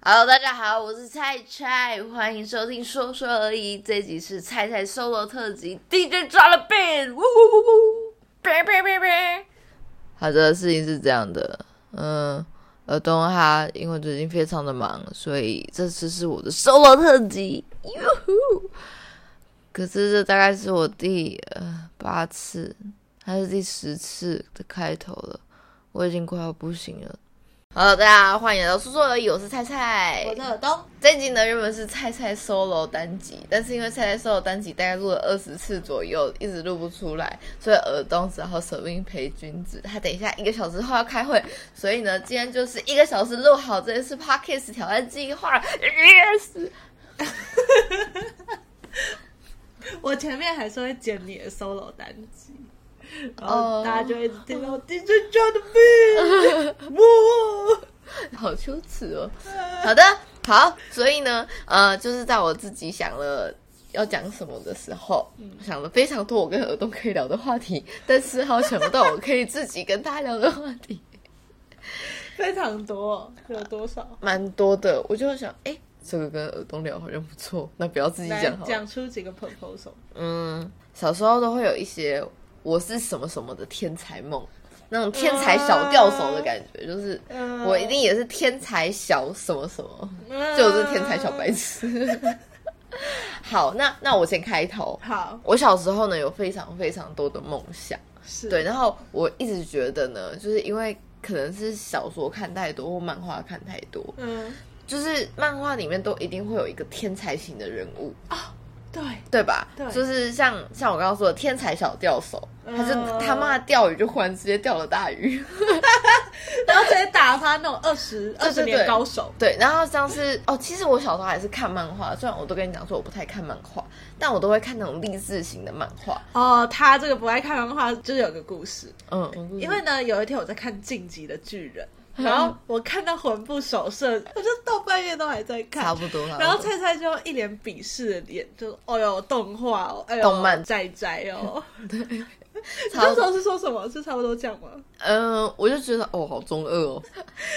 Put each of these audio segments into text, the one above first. Hello，大家好，我是菜菜，欢迎收听《说说而已》。这集是菜菜 solo 特辑，DJ 抓了 b 呜呜呜呜，别别别别。 好的，事情是这样的，嗯，尔东他因为最近非常的忙，所以这次是我的 solo 特辑，哟呼！可是这大概是我第呃八次还是第十次的开头了，我已经快要不行了。Hello，大家好欢迎来到说说而已，我是菜菜，我的耳东，这集呢原本是菜菜 solo 单集，但是因为菜菜 solo 单集大概录了二十次左右，一直录不出来，所以耳东只好舍命陪君子。他等一下一个小时后要开会，所以呢，今天就是一个小时录好这一次 podcast 挑战计划。Yes，我前面还是会剪你的 solo 单集，然哦后大家就一直听到 DJ John B，哇，好羞耻哦。好的，好，所以呢，呃，就是在我自己想了。要讲什么的时候，想了非常多我跟耳东可以聊的话题，但丝毫想不到我可以自己跟他聊的话题。非常多，有多少？蛮多的，我就想，哎、这个跟耳东聊好像不错， 那不要自己来讲好了。讲出几个 proposal，嗯，小时候都会有一些我是什么什么的天才梦，那种天才小钓手的感觉，就是嗯我一定也是天才小什么什么，就我是天才小白痴。痴。 好，那那我先开头。好，我小时候呢，有非常非常多的梦想。是对，，然后我一直觉得呢，就是因为可能是小说看太多或漫画看太多，嗯，就是漫画里面都一定会有一个天才型的人物，对，对吧？对就是像像我刚刚说的天才小钓手，嗯他就他妈钓鱼就忽然直接钓了大鱼。 然后直接打发那种二十对二十对年高手，对，然后像是哦，其实我小时候还是看漫画，虽然我都跟你讲说我不太看漫画，但我都会看那种励志型的漫画。哦，他这个不爱看漫画，就是有个故事，嗯，因为呢，有一天我在看《晋级的巨人》，然后我看到魂不守舍，我就到半夜都还在差看。不多啦。然后菜菜就一脸鄙视的脸，就哦呦动画哦，哎呦动漫仔仔 哦，你差那不时 多，候是说什么？是差不多这样吗？嗯、我就觉得哦，好中二 哦。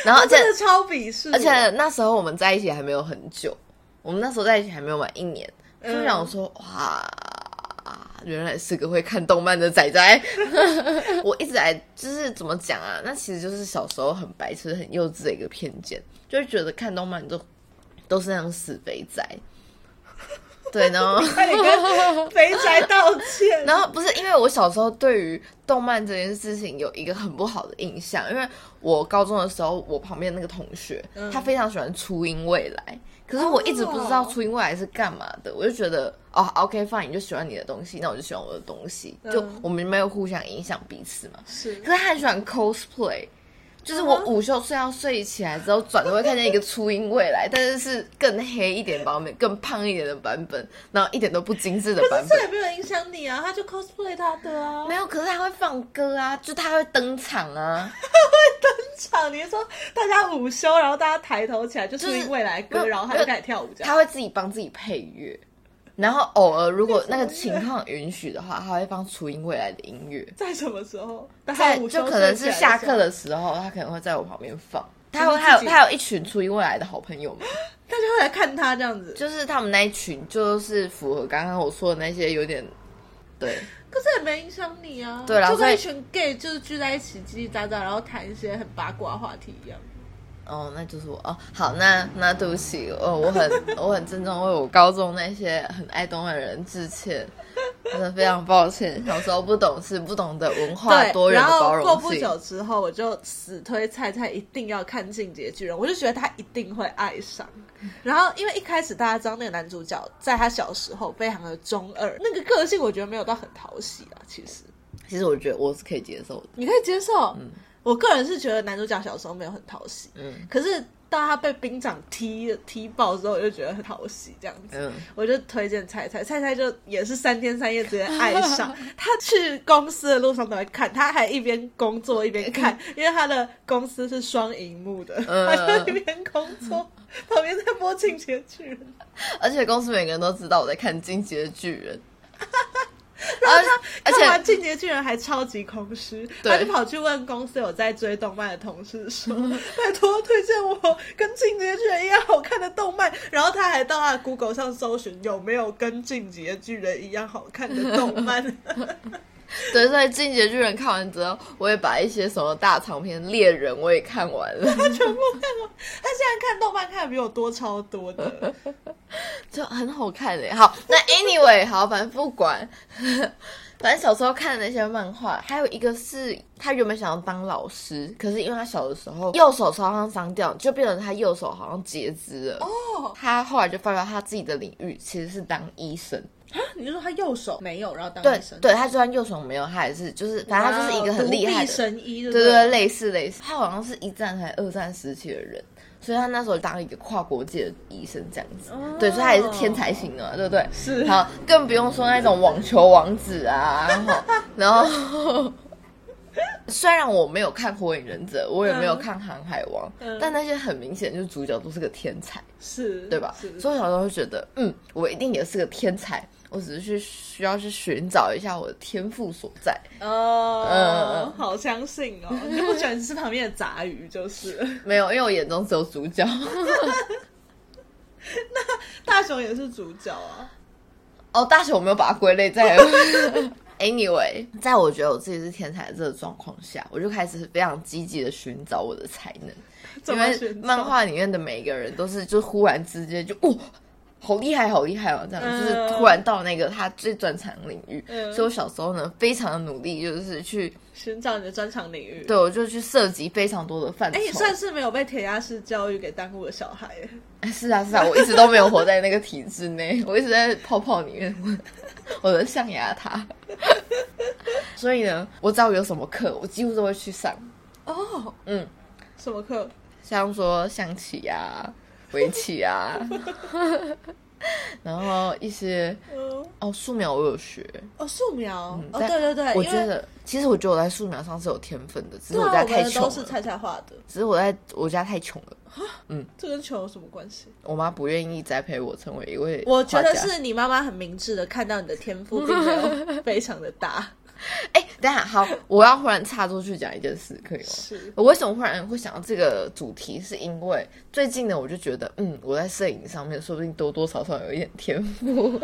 然后而且真的超鄙视我，而且那时候我们在一起还没有很久，我们那时候在一起还没有满一年，就嗯想说、哇，原来是个会看动漫的仔仔。我一直来就是怎么讲啊？那其实就是小时候很白痴、很幼稚的一个偏见，就会觉得看动漫都都是那种死肥仔。对，然后。快点跟肥宅道 歉。然后不是因为我小时候对于动漫这件事情有一个很不好的印象，因为我高中的时候，我旁边那个同学、嗯他非常喜欢初音未来，可是我一直不知道哦初音未来是干嘛的，我就觉得哦，OK fine，你就喜欢你的东西，那我就喜欢我的东西，嗯就我们没有互相影响彼此嘛。是可是他很喜欢 cosplay。就是我嗯午休睡到睡起来之后，转头会看见一个初音未来，但是是更黑一点版本、更胖一点的版本，然后一点都不精致的版本。这也没有影响你啊，他就 cosplay 他的啊。没有，可是他会放歌啊，就他会登场啊，场你说大家午休，然后大家抬头起来，就是是未来没有歌，然后他就开始跳舞这样。他会自己帮自己配乐，然后偶尔如果那个情况允许的话，他会放初音未来的音乐，在什么时候？大在家午休就可能睡是起来下课，的时候，他可能会在我旁边放。他就有是他自有己他有一群初音未来的好朋友们，大家会来看他这样子。就是他们那一群就是符合刚刚我说的那些有点，对，可是也没影响你啊。对啦就所以跟一群 gay 就是聚在一起叽叽喳喳，然后谈一些很八卦的话题一样。哦，那就是我哦。好，那那对不起，哦，我很 我很郑重为我高中那些很爱动的人致歉，真的非常抱歉，小时候不懂事，不懂得文化多元然的包后过容不性。久之后，我就死推菜菜一定要看《进阶巨人》，我就觉得他一定会爱上。然后因为一开始大家知道那个男主角在他小时候非常的中二，那个个性我觉得没有到很讨喜啊，其实。其实我觉得我是可以接受的，你可以接受。我个人是觉得男主角小时候没有很讨喜，嗯可是当他被兵长踢踢爆之后，我就觉得很讨喜这样子。嗯我就推荐菜菜，菜菜就也是三天三夜直接爱上。他去公司的路上都会看，他还一边工作一边看，因为他的公司是双荧幕的，嗯他就一边工作，旁边在播《进阶巨人》。而且公司每个人都知道我在看《进击的巨人》而且， 而看完且《进阶巨人》还超级空虚，对他就跑去 问公司有在追动漫的同事说：“拜托推荐我跟《进阶巨人》一样好然后他还到他的 Google 上搜寻有没有跟《进击的巨人》一样好看的动漫。对，所以《进击的巨人》看完之后，我也把一些什么大长篇《猎人》我也看完了，他现在看动漫看的比我多超多的， 就很好看嘞。好，那 anyway，好，反正不管， 反正小时候看的那些漫画，还有一个是他原本想要当老师，可是因为他小的时候右手烧伤伤掉，就变成他右手好像截肢了。哦，他后来就发表他自己的领域其实是当医生，啊你说他右手没有，然后当对医生，对，他就算右手没有，他还是就是，反正他就是一个很厉哇害哦独的立神医，对不对对对，类似类似，他好像是一战还二战时期的人，所以他那时候当一个跨国界的医生这样子，哦对，所以他也是天才型的嘛，对不对？是好，更不用说那种网球王子啊，然后， 然后，虽然我没有看《火影忍者》，我也没有嗯看《航海王》嗯但那些很明显就是主角都是个天才，是，对吧？是所以我小时候会觉得，嗯，我一定也是个天才，我只是去需要去寻找一下我的天赋所在。哦嗯，好相信 哦，你不喜欢吃旁边的杂鱼就是了。没有，因为我眼中只有主角。大雄也是主角 啊，哦，大学我没有把它归类 在。anyway，在我觉得我自己是天才的这个状况下，我就开始非常积极的寻找我的才能，怎因么为选择漫？画里面的每一个人都是就忽然之间就哦。好厉害，好厉害哦！这样、就是嗯突然到那个他最专长的领域，嗯所以我小时候呢非常的努力，就是去寻找你的专长领域。对我就去涉及非常多的范畴。哎，你算是没有被填鸭式教育给耽误的小孩耶。 是啊是啊，我一直都没有活在那个体制内， 我一直在泡泡里面， 我的象牙塔。 所以呢，我只要有什么课，我几乎都会去上，哦，嗯，什么课？像说象棋啊、围棋啊， 然后一些嗯，哦素描我有学，哦，素描。哦，嗯但对对对，我因觉为得其实我觉得我在素描上是有天分的，只是对啊，家我太们穷都是了，菜菜画的，只是我在我家太穷了，这跟球有什么关系？我妈不愿意栽培我成为一位我觉得画家是你妈妈很明智的看到你的天赋并没 有非常的大，哎、等一下好，我要忽然插出去讲一件事，可以吗？是我为什么忽然会想到这个主题？是因为最近呢，我就觉得，嗯，我在摄影上面说不定多多少少有一点天赋。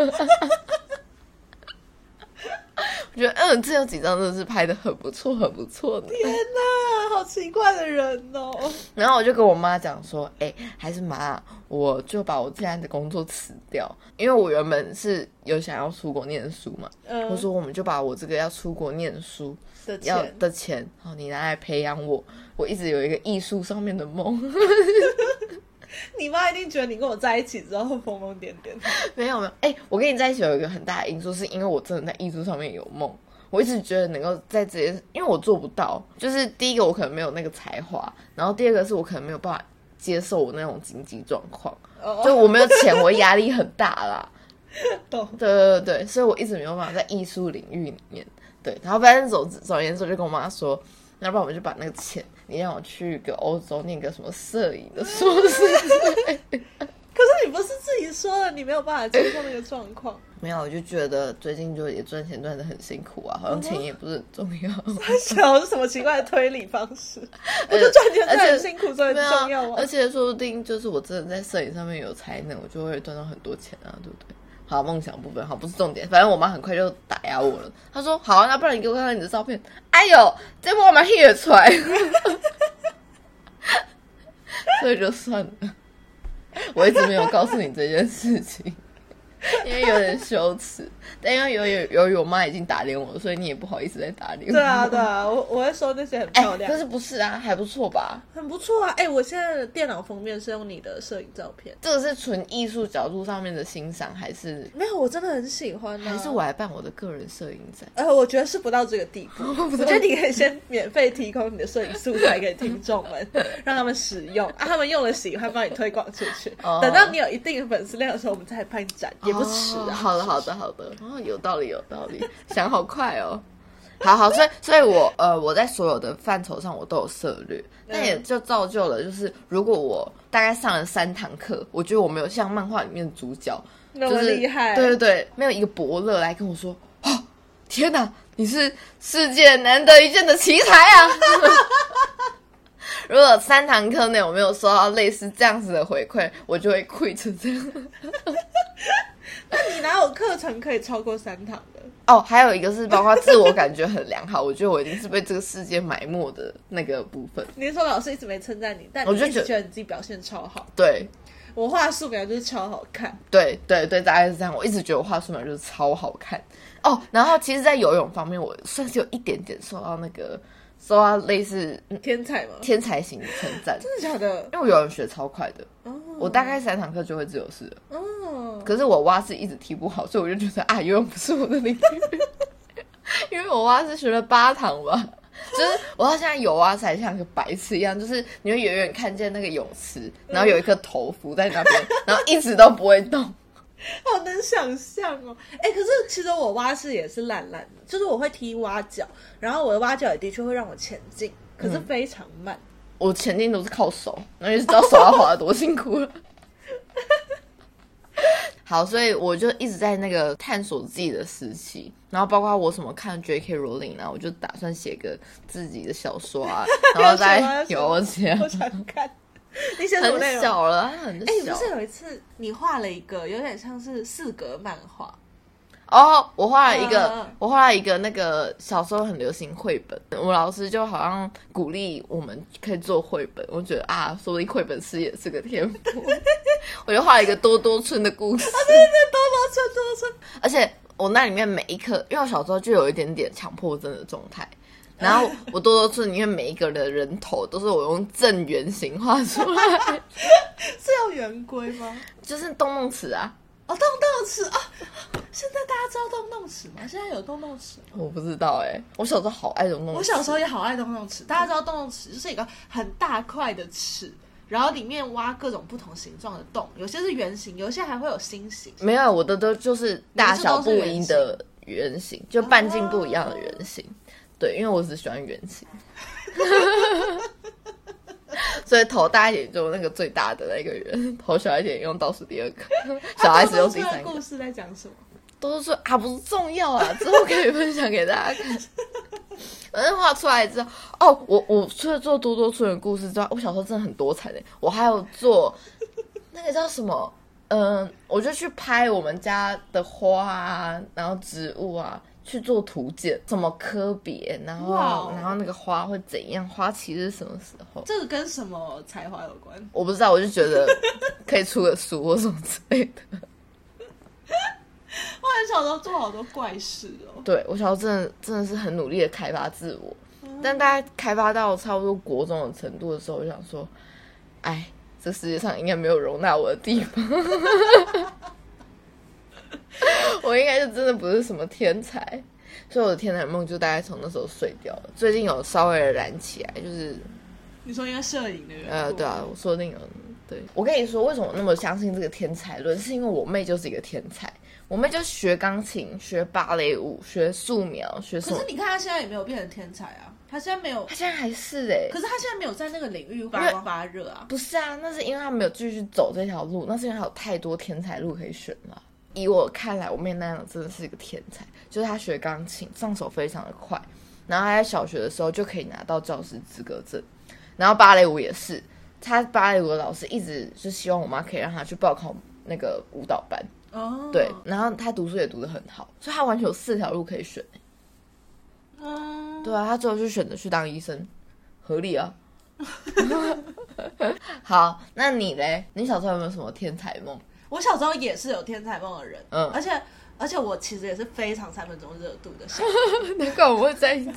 我觉得，嗯，这有几张真的是拍的很不错，很不错的。天哪，好奇怪的人哦！然后我就跟我妈讲说，哎、还是妈，我就把我现在的工作辞掉，因为我原本是有想要出国念书嘛。嗯，我说，我们就把我这个要出国念书，的要钱，的钱，好，你拿来培养我。我一直有一个艺术上面的梦，你妈一定觉得你跟我在一起之后疯疯癫癫。没有没有，哎、我跟你在一起有一个很大的因素，是因为我真的在艺术上面有梦。我一直觉得能够在这些，因为我做不到。就是第一个，我可能没有那个才华，然后第二个是我可能没有办法接受我那种经济状况，就哦，我没有钱，我压力很大啦。懂。对对对，对所以我一直没有办法在艺术领域里面。对，然后反正总之总而言之，我就跟我妈说，那要不然我们就把那个钱，你让我去个欧洲念个什么摄影的硕士。可是你不是自己说了，你没有办法接受那个状况，没有，我就觉得最近就也赚钱赚的很辛苦啊，好像钱也不是很重要。想是什么奇怪的推理方 式？不是赚钱赚得而且很辛苦，所以很对重啊要，吗呃而？且说不定就是我真的在摄影上面有才能，我就会赚到很多钱啊，对不对？好，梦想部分好不是重点，反正我妈很快就打压我了。她说：“好、啊，那不然你给我看看你的照片。”哎呦，这波我蛮也出来， 所以就算了。我一直没有告诉你这件事情，因为有点羞耻。但因为由于由于我妈已经打脸我了，所以你也不好意思再打脸我。对啊，对啊，我我会说那些很哎、漂亮可，是不是啊，还不错吧？很不错啊。哎，我现在的电脑封面是用你的摄影照片，这个是纯艺术角度上面的欣赏，还是没有，我真的很喜欢啊。还是我来办我的个人摄影展？呃，我觉得是不到这个地 步。我觉得你可以先免费提供你的摄影素材给听众 们，让他们使用啊，他们用了喜欢，帮你推广出去。哦等到你有一定的粉丝量的时候，我们再来办展，也不迟哦啊。好的，好的，好的。哦，有道理，有道理。 想好快哦。好好，所以，所以我呃，我在所有的范畴上我都有涉略，那也就造就了，就是如果我大概上了三堂课，我觉得我没有像漫画里面的主角那就么是厉害，对对对，没有一个伯乐来跟我说， 哦，天哪，你是世界难得一见的奇才啊！啊 如果三堂课内我没有收到类似这样子的回馈，我就会 quit 这样。 你哪有课程可以超过三堂的？哦，还有一个是包括自我感觉很良好，我觉得我已经是被这个世界埋没的那个部分。你是说老师一直没称赞你，但我你就一直觉觉得你自己表现超好。对我画素描就是超好看，对对对，大概是这样。我一直觉得我画素描就是超好看哦。然后其实，在游泳方面，我算是有一点点受到那个受到类似嗯天才吗？天才型的称赞，真的假的？因为我游泳学超快的，哦，我大概三堂课就会自由式了。哦，可是我蛙式一直踢不好，所以我就觉得啊，游泳不是我的领域，因为我蛙式学了八堂吧。就是我到现在游蛙才像个白痴一样，就是你会远远看见那个泳池，然后有一个头浮在那边，然后一直都不会动。好能想象哦。哎、可是其实我蛙式也是烂烂的，就是我会踢蛙脚，然后我的蛙脚也的确会让我前进，可是非常慢。我前进都是靠手，那就知道手要滑得多辛苦了。好，所以我就一直在那个探索自己的时期，然后包括我什么看 J.K. Rowling 啊，我就打算写个自己的小说 啊，然后再有钱。我想看你写什么内很容？小了，它很哎、小不。是有一次你画了一个有点像是四格漫画，哦，我画了一个，嗯嗯嗯我画了一个那个小时候很流行绘本，我老师就好像鼓励我们可以做绘本，我觉得啊，说不定绘本师也是个天赋。 我就画了一个多多村的故事，多多村多多村，而且我那里面每一颗，因为我小时候就有一点点强迫症的状态。然后我多多村里面每一个的人头都是我用正圆形画出来，是要圆规吗？就是动动词啊，哦，洞洞尺啊！现在大家知道洞洞尺吗？现在有洞洞尺吗？我不知道哎、我小时候好爱动动词。我小时候也好爱洞洞尺，大家知道洞洞尺就是一个很大块的尺，然后里面挖各种不同形状的洞，有些是圆形，有些还会有心形。没有，我的都就是哦大小不一的圆形，就半径不一样的圆形。对，因为我只喜欢圆形， 所以头大一点就那个最大的那个圆，头小一点用倒数第二个，小孩子用第那三洞洞尺的个故。事在讲什么？都是说啊，不是重要啊， 之后可以分享给大家看。反正画出来之后，哦，我我除了做多多村的故事之外，我小时候真的很多彩的，我还有做那个叫什么，嗯，我就去拍我们家的花啊，然后植物啊。去做图鉴，什么科别，然后哇哦然后那个花会怎样，花期是什么时候？这个跟什么才华有关？我不知道，我就觉得可以出个书或什么之类的。我很小时候做好多怪事哦。对我小时候真的真的是很努力的开发自我，但大概开发到差不多国中的程度的时候，我就想说，哎，这世界上应该没有容纳我的地方， 我应该就真的不是什么天才，所以我的天才梦就大概从那时候碎掉了。最近有稍微的燃起来，就是你说因为摄影的人，呃，对啊，我说那个，对我跟你说，为什么我那么相信这个天才论，是因为我妹就是一个天才，我妹就学钢琴、学芭蕾舞、学素描、学什可么是，你看他现在也没有变成天才啊，他现在没有她，现在还是哎、可是他现在没有在那个领域因为发光发热啊。不是啊，那是因为她没有继续走这条路，那是因为她有太多天才路可以选了。以我看来，我妹那样真的是一个天才，就是她学钢琴上手非常的快，然后她在小学的时候就可以拿到教师资格证，然后芭蕾舞也是，她芭蕾舞的老师一直就希望我妈可以让她去报考那个舞蹈班，哦，对，然后她读书也读得很好，所以她完全有四条路可以选。嗯，对啊，他最后就选择去当医生，合理啊。 好，那你嘞？你小时候有没有什么天才梦？我小时候也是有天才梦的人，嗯而且而且我其实也是非常三分钟热度的小孩。难怪我们会在一起。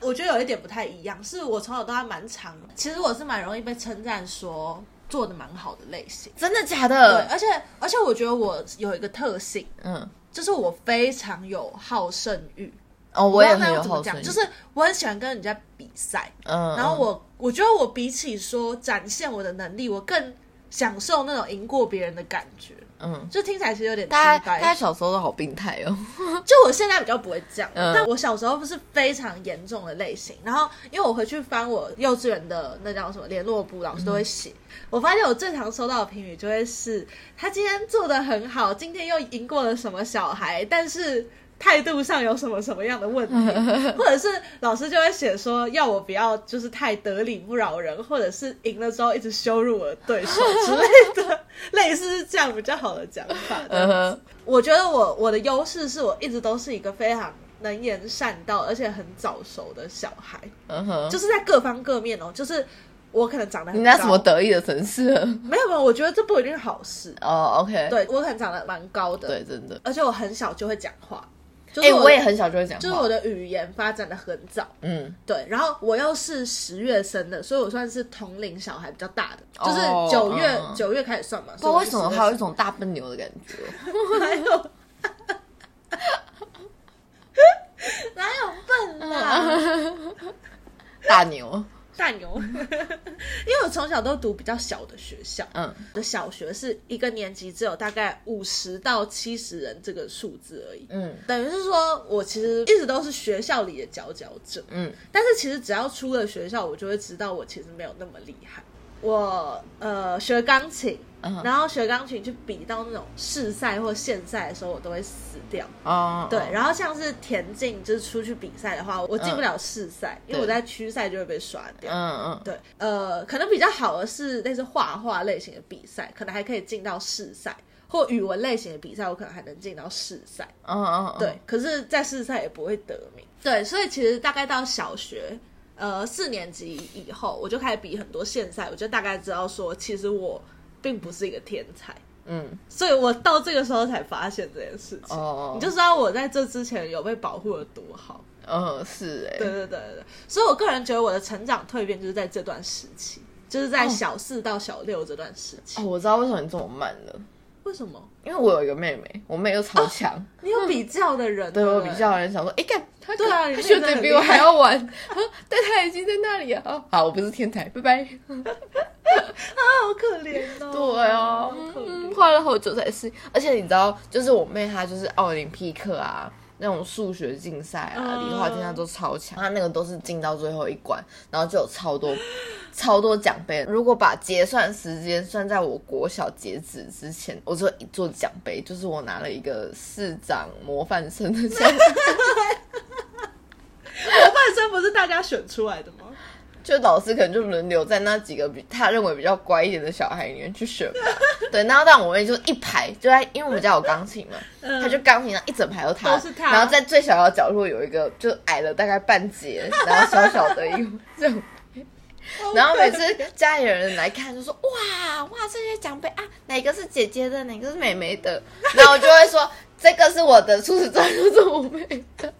我觉得有一点不太一样，是我从小到大蛮长，其实我是蛮容易被称赞说做的蛮好的类型。 真的假对，的？而且而且我觉得我有一个特性，嗯，就是我非常有好胜欲。哦，我也不知很道那有要怎好么胜讲，心，就是我很喜欢跟人家比赛，嗯，然后我我觉得我比起说展现我的能力，我更享受那种赢过别人的感觉。嗯，就听起来其实有点大家鸡掰大家小时候都好病态 哦。就我现在比较不会这样，嗯但我小时候是非常严重的类型。然后因为我回去翻我幼稚园的那叫什么联络簿，老师都会写。嗯我发现我最常收到的评语就会是他今天做的很好，今天又赢过了什么小孩，但是态度上有什么什么样的问题， 或者是老师就会写说要我不要就是太得理不饶人，或者是赢了之后一直羞辱我的对手之类的， 类似这样比较好的讲法。这嗯样子哼，我觉得我我的优势是我一直都是一个非常能言善道，而且很早熟的小孩，嗯哼，就是在各方各面哦，就是我可能长得很你拿高什么得意的城市？啊没有没有，我觉得这不一定是好事。哦，OK，对我可能长得蛮高的，对，真的。而且我很小就会讲话，就哎，是我,、我也很小就会讲就是话我，的语言发展的很早，嗯，对，然后我又是十月生的，所以我算是同龄小孩比较大的，哦就是九月嗯九、月开始算嘛。不知道所以我为是什么10月还有一生种大笨牛的感觉。哪有？ 哪有笨啊？哦 大牛，哦大牛， 因为我从小都读比较小的学校，嗯我的小学是一个年级只有大概五十到七十人这个数字而已，嗯等于是说我其实一直都是学校里的佼佼者，嗯但是其实只要出了学校，我就会知道我其实没有那么厉害。我呃学钢琴，嗯，然后学钢琴去比到那种市赛或县赛的时候，我都会死掉。哦，对，哦然后像是田径，就是出去比赛的话，我进不了市赛，因为我对在区赛就会被刷掉。嗯嗯对，呃，可能比较好的是类似画画类型的比赛，可能还可以进到市赛，或语文类型的比赛，我可能还能进到市赛。嗯嗯，嗯对，，可是，在市赛也不会得名。对，所以其实大概到小学，呃，四年级以后，我就开始比很多县赛，我就大概知道说，其实我并不是一个天才，嗯所以我到这个时候才发现这件事情。哦，你就知道我在这之前有被保护的多好。嗯是哎，对对对对对，所以我个人觉得我的成长蜕变就是在这段时期，就是在小四到小六这段时期。哦，我知道为什么你这么慢了，为什么？因为我有一个妹妹，我妹又超哦强，你有比较的人， 对不我比较的人想说，哎干，她对啊你她妹学真的的很比厉我害还要晚，啊但她已经在那里了。哦好，我不是天才，拜拜。啊好可怜哦。对啊好，可嗯怜。花了好久才适应，而且你知道，就是我妹她就是奥林匹克啊。那种数学竞赛啊，嗯理化竞赛都超强，她那个都是进到最后一关，然后就有超多、 超多奖杯。如果把结算时间算在我国小截止之前，我只有一座奖杯，就是我拿了一个市长模范生的奖， 模范生不是大家选出来的 吗？就老师可能就轮流在那几个比他认为比较乖一点的小孩里面去选吧。对，然后但我妹就一排就在，因为我们家有钢琴嘛，嗯她就钢琴上一整排都她，都是她然后在最小的角落有一个就矮了大概半截，然后小小的一个 这种。嗯然后每次家里人来看就说哇哇这些奖杯啊，哪个是姐姐的，哪个是妹妹的，然后我就会说这个是我的，除此之外都是我妹的。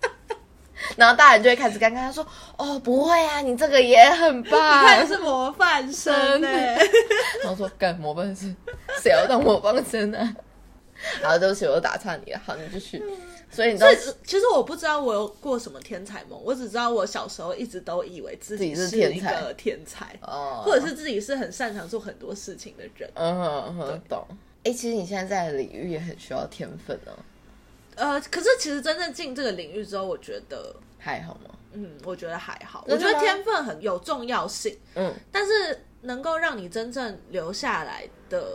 然后大人就会开始尴尬，他说：“哦，不会啊，你这个也很棒。”他也是模范生欸呢、 然后嗯说干模范生，谁要当模范生啊？然后对不起，我又打岔你了，好，你继续。所以你知道所以其实我不知道我有过什么天才梦，我只知道我小时候一直都以为自己自己是是天一才个天才，哦，或者是自己是很擅长做很多事情的人。嗯哼嗯哼，懂。哎、其实你现在在的领域也很需要天分哦、呃，可是其实真正进这个领域之后，我觉得，还好吗？嗯，我觉得还好，我真的觉吗得天分很有重要性，嗯，但是能够让你真正留下来的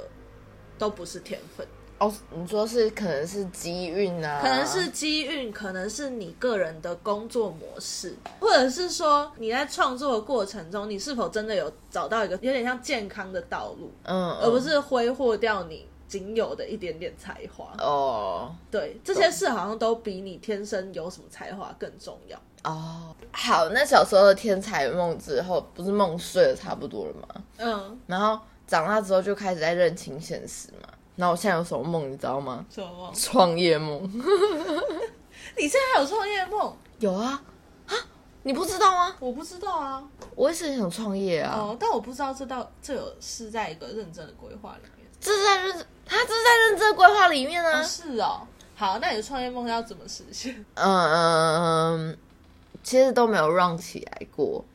都不是天分，哦，你说是可能是机运啊，可能是机运，可能是你个人的工作模式，或者是说你在创作的过程中，你是否真的有找到一个有点像健康的道路，嗯，而不嗯是挥霍掉你仅有的一点点才华。哦对，这些事好像都比你天生有什么才华更重要。哦。好，那小时候的天才梦之后，不是梦碎了差不多了吗？嗯，然后长大之后就开始在认清现实嘛。然后我现在有什么梦，你知道吗？什么梦？创业梦。你现在还有创业梦？有啊，啊，你不知道吗？我不知道啊。我一直很想创业啊，哦，但我不知道这到这有是在一个认真的规划里面。这是在认，他这是在认真的规划里面啊。哦，是哦。好，那你的创业梦要怎么实 现？嗯嗯嗯，其实都没有让起来过，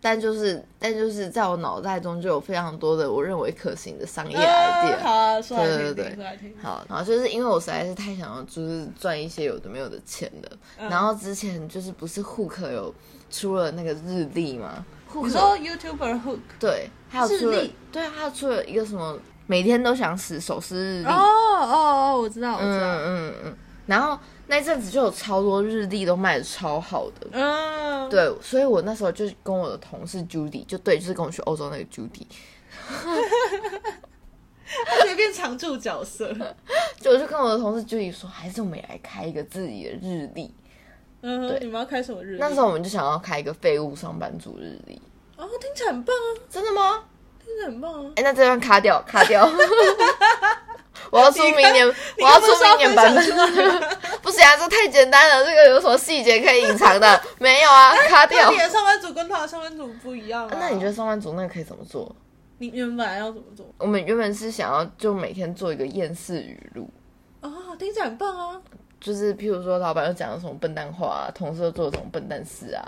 但就是但就是在我脑袋中就有非常多的我认为可行的商业 idea。啊好啊，说来对听对听，对说来听听。好，然后就是因为我实在是太想要，就是赚一些有的没有的钱了。嗯然后之前就是不是 Hook 有出了那个日历吗？你说 YouTuber Hook 对，还有出日了历，对，还有出了一个什么每天都想死手撕日历。哦哦哦，我知道，我知道。嗯嗯嗯。然后那一阵子就有超多日历都卖的超好的。嗯，，对，所以我那时候就跟我的同事 Judy，就对，就是跟我去欧洲那个 Judy，他随便常驻角色。就我就跟我的同事 Judy 说，还是我们也来开一个自己的日历。嗯对，你们要开什么日历？那时候我们就想要开一个废物上班族日历。哦，听起来很棒啊，真的吗？听起来很棒啊。哎、那这段卡掉，卡 掉。我要出明年，我你刚要刚出不是明要年版分享本。 不行啊，这太简单了，这个有什么细节可以隐藏 的？没有啊，卡掉那你。的上班族跟他的上班族不一样啊。 那你觉得上班族那个可以怎么做？你你们本来要怎么做？我们原本是想要就每天做一个厌世语录，哦，听起来很棒啊。就是譬如说老板又讲了什么笨蛋话、啊，同事又做了什么笨蛋事啊，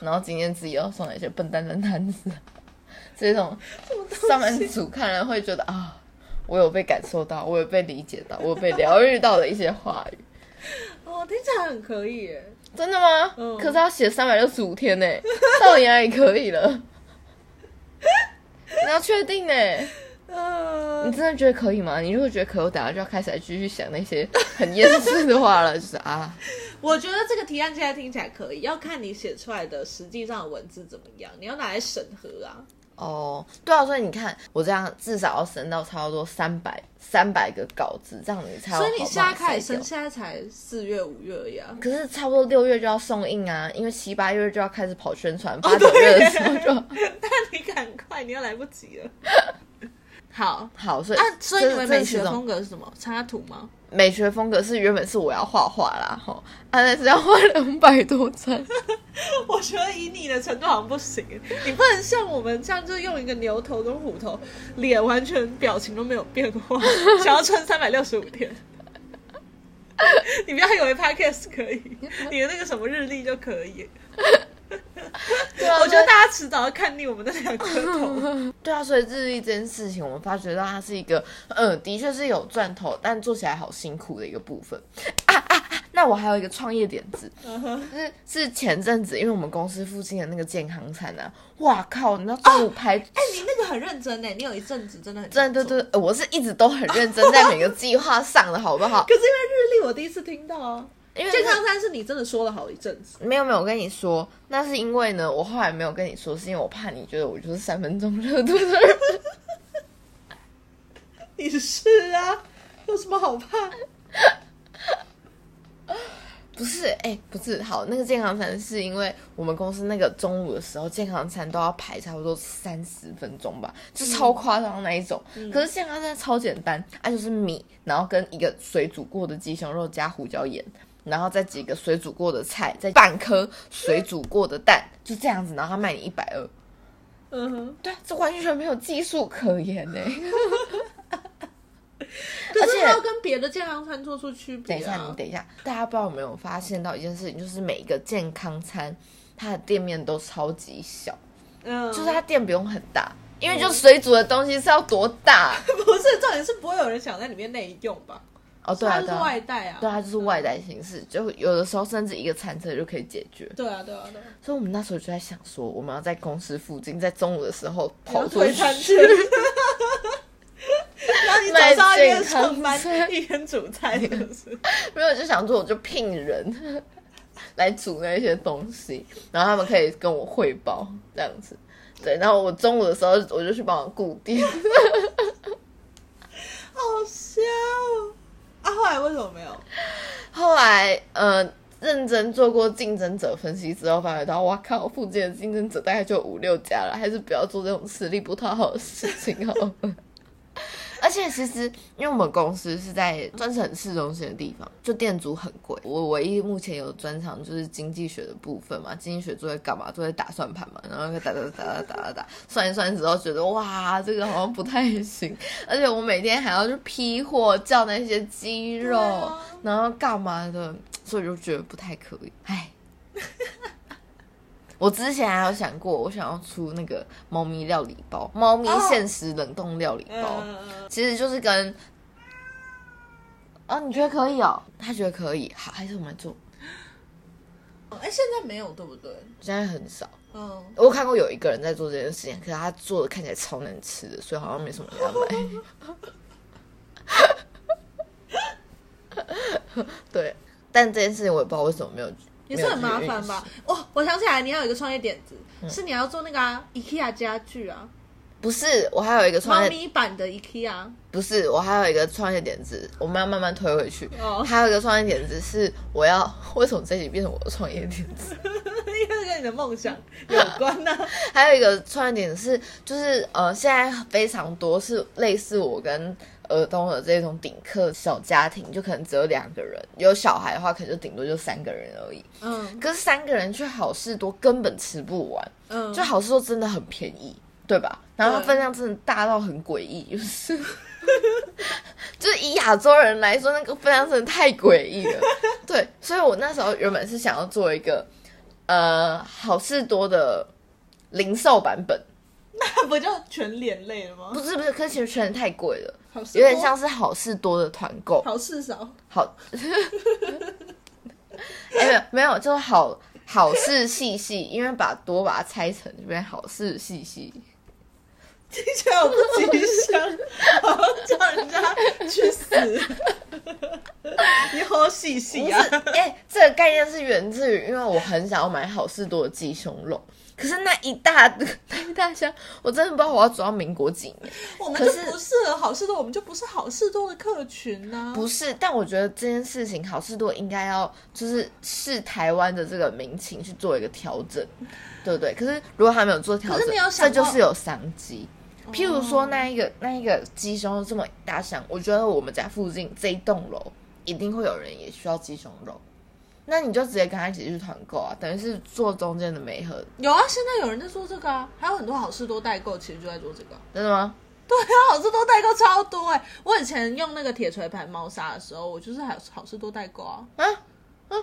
然后今天自己又送了一些笨蛋烂摊子、啊，这种上班族看了会觉得啊，我有被感受到，我有被理解到，我有被疗愈到的一些话语。哦，听起来很可以耶。真的吗？嗯可是要写三百六十五天呢、到底哪里可以了？ 你要确定呢、嗯、你真的觉得可以吗？你如果觉得可以，我等下就要开始来继续想那些很厌世的话了，就是啊，我觉得这个提案现在听起来可以，要看你写出来的实际上的文字怎么样，你要拿来审核啊。哦，对啊，所以你看，我这样至少要生到差不多三百三百个稿子，这样你才有所以你好现在办法开筛始生，掉。现在才四月、五月而已 啊。可是差不多六月就要送印啊，因为七八月就要开始跑宣传，哦八九月的时候 就、但你赶快，你要来不及了。好好，所以啊，所以这你们这美是其学中风格是什么？插图吗？美学风格是原本是我要画画啦，吼，啊，但是要画两百多 张，我觉得以你的程度好像不行，欸你不能像我们这样，就是用一个牛头跟虎头，脸完全表情都没有变化， 想要穿三百六十五天。 你不要以为 podcast 可以，你的那个什么日历就可以。对啊我觉得大家迟早要看腻我们那两颗头。对啊，所以日历这件事情，我们发觉到它是一个，嗯，的确是有赚头，但做起来好辛苦的一个部分。啊啊啊！那我还有一个创业点子，嗯哼是是前阵子，因为我们公司附近的那个健康餐啊，哇靠！你知道中午排，哎、 你那个很认真欸呢，你有一阵子真的很真的对对，呃我是一直都很认真在每个计划上的好不好？可是因为日历我第一次听到啊，因为健康餐是你真的说了好一阵子。没有没有，我跟你说，那是因为呢，我后来没有跟你说，是因为我怕你觉得我就是三分钟热度的人。你是啊，有什么好怕？不是，哎、不是，好，那个健康餐是因为我们公司那个中午的时候，健康餐都要排差不多三十分钟吧，就超夸张那一种。嗯可是健康餐超简单，啊，就是米，然后跟一个水煮过的鸡胸肉加胡椒盐，然后再几个水煮过的菜，再半颗水煮过的蛋，就这样子，然后他卖你一百二。嗯哼，对啊，这完全没有技术可言呢、可且是它要跟别的健康餐做出区等别、啊。一下，你等一下，大家不知道有没有发现到一件事情，就是每一个健康餐，它的店面都超级小，嗯，就是它店不用很大，因为就水煮的东西是要多大？ 不是重点是不会有人想在里面内用吧？哦，对啊，它对是啊外，带啊。对啊，就是外带形式，就有的时候甚至一个餐车就可以解决。对啊，对啊，对啊。所以我们那时候就在想说，我们要在公司附近，在中午的时候跑要出推去餐。去。然后你早上一边上卖健康班一边煮菜，是 不是？ 没有，就想说我就聘人 来煮那些东西，然后他们可以跟我汇报这样子。对，然后我中午的时候我就去帮忙顾店，好笑哦啊！后来为什么没有？后来呃认真做过竞争者分析之后，发觉到哇靠，附近的竞争者大概就五六家了，还是不要做这种吃力不讨好的事情好了。而且其实，因为我们公司是在专是很市中心的地方，就店租很贵。我唯一目前有专长就是经济学的部分嘛，经济学作为干嘛？作为打算盘嘛，然后打打打打打打打，算一算之后觉得哇，这个好像不太行。而且我每天还要去批货，叫那些鸡肉，对啊然后干嘛的，所以我就觉得不太可以。 唉，我之前还有想过，我想要出那个猫咪料理包，猫咪哦限时冷冻料理包。嗯，其实就是跟，啊哦，你觉得可以哦？他觉得可以，好，还是我们做？哎，现在没有对不对？现在很少，嗯，我有看过有一个人在做这件事情，可是他做的看起来超难吃的，所以好像没什么人要买。 对，但这件事情我也不知道为什么没有，也是很麻没有烦去吧？哦，我想起来，你还有一个创业点子，嗯是你要做那个啊，IKEA 家具啊，不是，我还有一个创猫业，咪版的 IKEA。不是，我还有一个创业点子，我们要慢慢推回去。哦还有一个创业点子是我要， 为什么这集变成我的创业点子？ 因为跟你的梦想有关呢、还有一个创业点是，就是呃，现在非常多是类似我跟儿童的这种顶客小家庭，就可能只有两个人，有小孩的话，可能就顶多就三个人而已。嗯可是三个人去好事多根本吃不完，嗯，就好事多真的很便宜，对吧？然后它对分量真的大到很诡异，就是 就是以亚洲人来说，那个分量真的太诡异了。对，所以我那时候原本是想要做一个呃好事多的零售版本，那不就全连累了吗？不是不是，可是其实真的太贵了，好事有点多像是好事多的团购。好事少，好，哎、没有没有，就是好好事细细，因为把多把它拆成就变好事细细。听起来我不吉祥，好叫人家去死。你好细不细是，啊！哎、这个概念是源自于，因为我很想要买好事多的鸡胸肉，可是那一大 那一大箱，我真的不知道我要煮到民国几年。我们就可是不适合好事多，我们就不是好事多的客群呐、不是，但我觉得这件事情好事多应该要就是视台湾的这个民情去做一个调整，对不对？可是如果还没有做调可整是你有，这想哦就过是有商机。譬如说那一个那一个鸡胸肉这么一大箱，我觉得我们家附近这一栋楼一定会有人也需要鸡胸肉，那你就直接跟他一起去团购啊，等于是做中间的媒合，有啊，现在有人在做这个啊，还有很多好事多代购其实就在做这个啊。真的吗？对啊，好事多代购超多哎、我以前用那个铁锤盘猫砂的时候，我就是还好事多代购啊。啊啊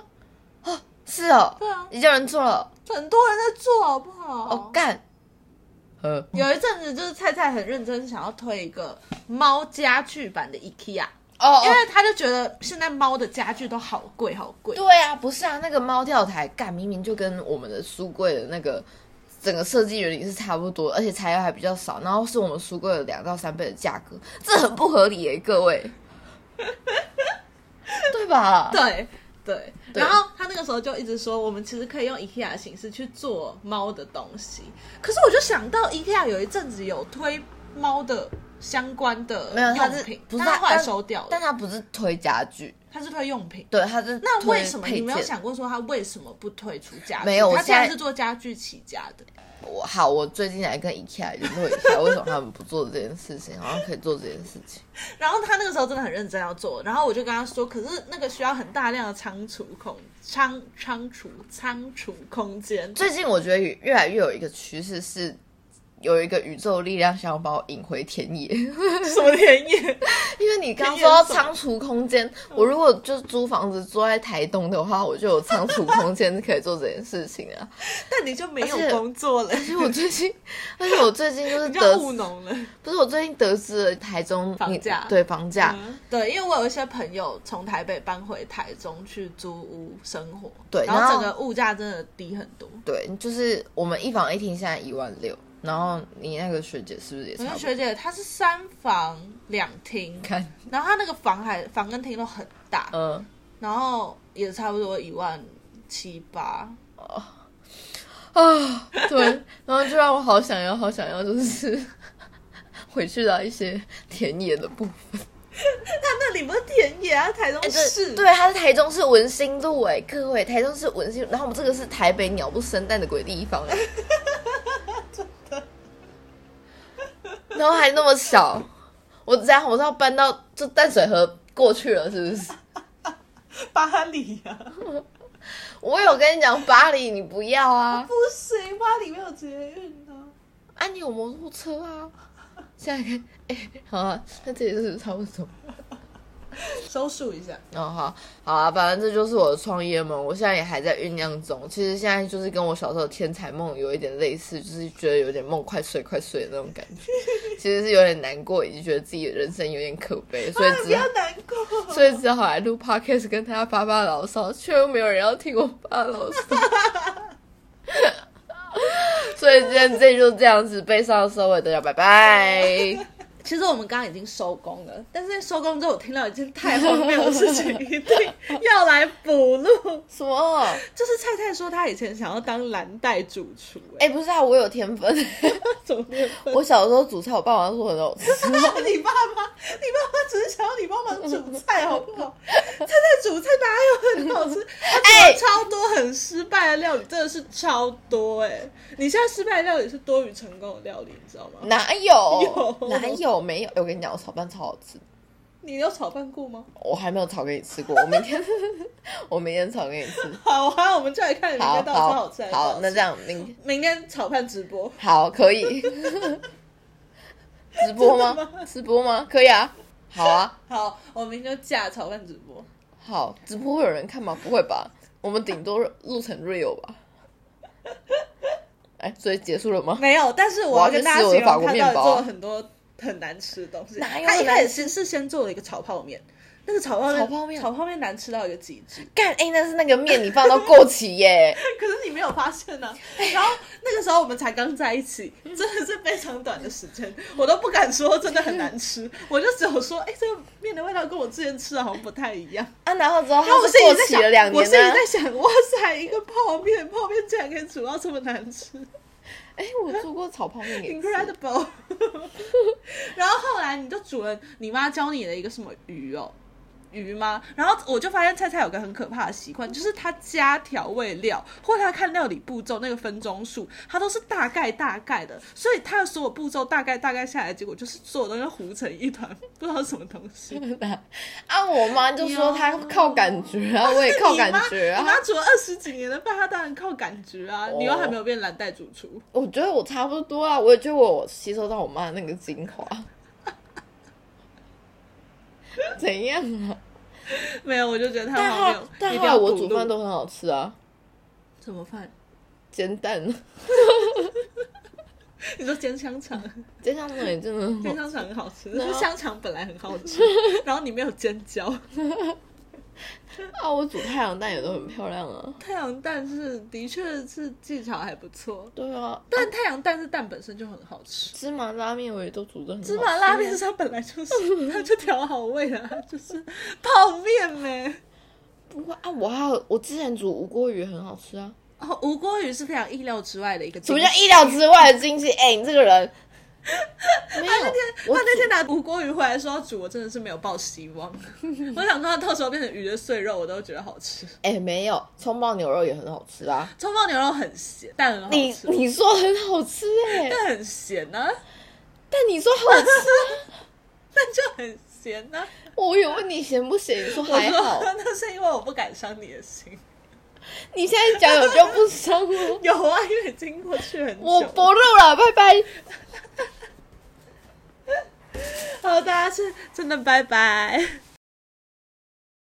哦，是哦，对啊，已经有人做了，很多人在做，好不好？哦干，呃，有一阵子就是菜菜很认真想要推一个猫家具版的 IKEA，、哦哦因为他就觉得现在猫的家具都好贵好贵。对啊，不是啊，那个猫跳台干明明就跟我们的书柜的那个整个设计原理是差不多，而且材料还比较少，然后是我们书柜的两到三倍的价格， 这很不合理耶、各位， 对吧？对对，对然后他那个时候就一直说，我们其实可以用 IKEA 的形式去做猫的东西。可是我就想到 IKEA 有一阵子有推猫的相关的没有，它用是品，不是但它它后来但收掉了但。它不是推家具，他是推用品。对，它是那推为什么配你没有件想过说他为什么不推出家具？没有我他现在然是做家具起家的。我好，我最近来跟 IKEA 联络一下，为什么他们不做这件事情？好像可以做这件事情。然后他那个时候真的很认真要做，然后我就跟他说，可是那个需要很大量的仓储空仓仓储仓储空间。最近我觉得越来越有一个趋势是，有一个宇宙力量想要把我引回田野，什么田野？因为你刚刚田野说到是什么仓储空间，嗯我如果就是租房子住在台东的话，我就有仓储空间可以做这件事情嗯啊。但你就没而且有工作了，而且我最 近，而且我最近就是你得就务农了。不是我最近得知了台中房你价对房价，嗯对，因为我有一些朋友从台北搬回台中去租屋生活，对然然后整个物价真的低很多。对，就是我们一房一厅现在一万六，然后你那个学姐是不是也我差是不多？嗯学姐，她是三房两厅，看，然后她那个房还房跟厅都很大，嗯、然后也差不多一万七八。嗯啊，对，然后就让我好想要，好想要，就是 回去到一些田野的部分。那里不是田野啊，台哎中这市。对，它是台中市文心路哎，各位，台中市文心路，然后我们这个是台北鸟不生蛋的鬼地方哎，然后还那么小，我这样我是要搬到就淡水河过去了，是不是？巴黎啊，我有跟你讲巴黎，你不要 啊，不行，巴黎没有捷运啊。啊，你有摩托车啊，现在看，哎、好啊，那这里就是差不多。收束一下，哦，好，好啊，反正这就是我的创业梦，我现在也还在酝酿中。其实现在就是跟我小时候的天才梦有一点类似，就是觉得有点梦快碎快碎的那种感 觉，其实是有点难过，以及觉得自己的人生有点可悲，所以啊不只要好、难过。所以只好来录 podcast 跟大家发发牢骚，却又没有人要听我发牢 骚。所以今天这集就这样子，悲伤的收尾，大家拜拜。其实我们刚刚已经收工了，但是收工之后我听到一件太荒谬的事情，一定要来补录。 什么？ 就是菜菜说她以前想要当蓝带主厨、哎、哎、不是啊，我有天 分。 怎么变分？我小时候煮菜，我爸妈说很好吃。你爸妈，你爸妈只是想要你帮忙煮菜，好不好？菜菜煮菜哪有很好吃？他 哎煮了超多很失败的料理，真的是超多哎、你现在失败的料理是多于成功的料理，你知道吗？哪有？有哪有？没有。我跟你讲，我炒饭超好吃，你有炒饭过吗？我还没有炒给你吃过。我明 天，我明天炒给你吃。好啊，我们就来看你明好天到底好好好吃还是不好好吃，那这样明天明天炒饭直播，好可 以。直播真吗？的吗直播吗？可以啊。好啊，好，我明天就架炒饭直播。好，直播会有人看吗？不会吧，我们顶多录成 real 吧。哎，所以结束了吗？没有，但是我我要要去跟大家吃我形的容法国他面到底包啊做了很多很难吃的东西。哪有他一很难开始先是先做了一个炒泡面，那个炒泡面炒泡面炒泡面难吃到一个极致。干，哎、那是那个面你放到过期耶， 可是你没有发现啊呢、 然后那个时候我们才刚在一起，真的是非常短的时 间，我都不敢说真的很难吃，我就只有说，哎、这个面的味道跟我之前吃的好像不太一样。啊，然后之后然后它我是心过里在期了想，两我年啊心里呢、在想，哇塞，一个泡面，泡面竟然可以煮到这么难吃。哎、我做过炒泡面给你吃 Incredible！然后后来你就煮了你妈教你的一个什么鱼哦，鱼吗？然后我就发现菜菜有个很可怕的习惯，就是她加调味料或她看料理步骤那个分钟数，她都是大概大概的，所以她的所有步骤大概大概下来，结果就是所有东西都糊成一团，不知道什么东 西。啊，我妈就说她靠感觉啊，我也靠感觉你啊妈。你妈煮了二十几年的饭，她当然靠感觉啊。你又还没有变蓝带主厨，我觉得我差不多啊，我也觉得我吸收到我妈的那个啊精华。 怎样啊？没有，我就觉得她但好后来没有。但一后来定要我补煮录饭都很好吃啊，什么饭？煎蛋、你说煎香肠，煎香肠也真的 很煎好。香肠很好吃， 对啊哦那香肠本来很好 吃，然后你没有尖椒。啊，我煮太阳蛋也都很漂亮啊。 太阳蛋是的确是技巧还不错，对啊，但太阳蛋是蛋本身就很好吃。芝麻拉面我也都煮的很好吃芝啊麻拉面它本来就是， 它就调好味 了，它就是泡面呗。不会啊，我还有我之前煮无锅鱼很好吃啊。哦，吴锅鱼是非常意料之外的一个什惊么喜。叫意料之外的惊喜？哎、你这个 人没有，我他那啊天拿吴锅鱼回来说要煮，我真的是没有抱希望。 我想说，它到时候变成鱼的碎肉，我都觉得好吃。哎、没有，葱爆牛肉也很好吃啊。葱爆牛肉很咸，但很好你吃，你说很好吃哎、但很咸呢、啊，但你说好 吃，但就很咸呢、啊。我有问你咸不咸，你说我还好说。那是因为我不敢伤你的心。。你现在讲有就不伤我 有啊，因为已经过去很久。我不录了，拜拜。好，大家是真的拜拜。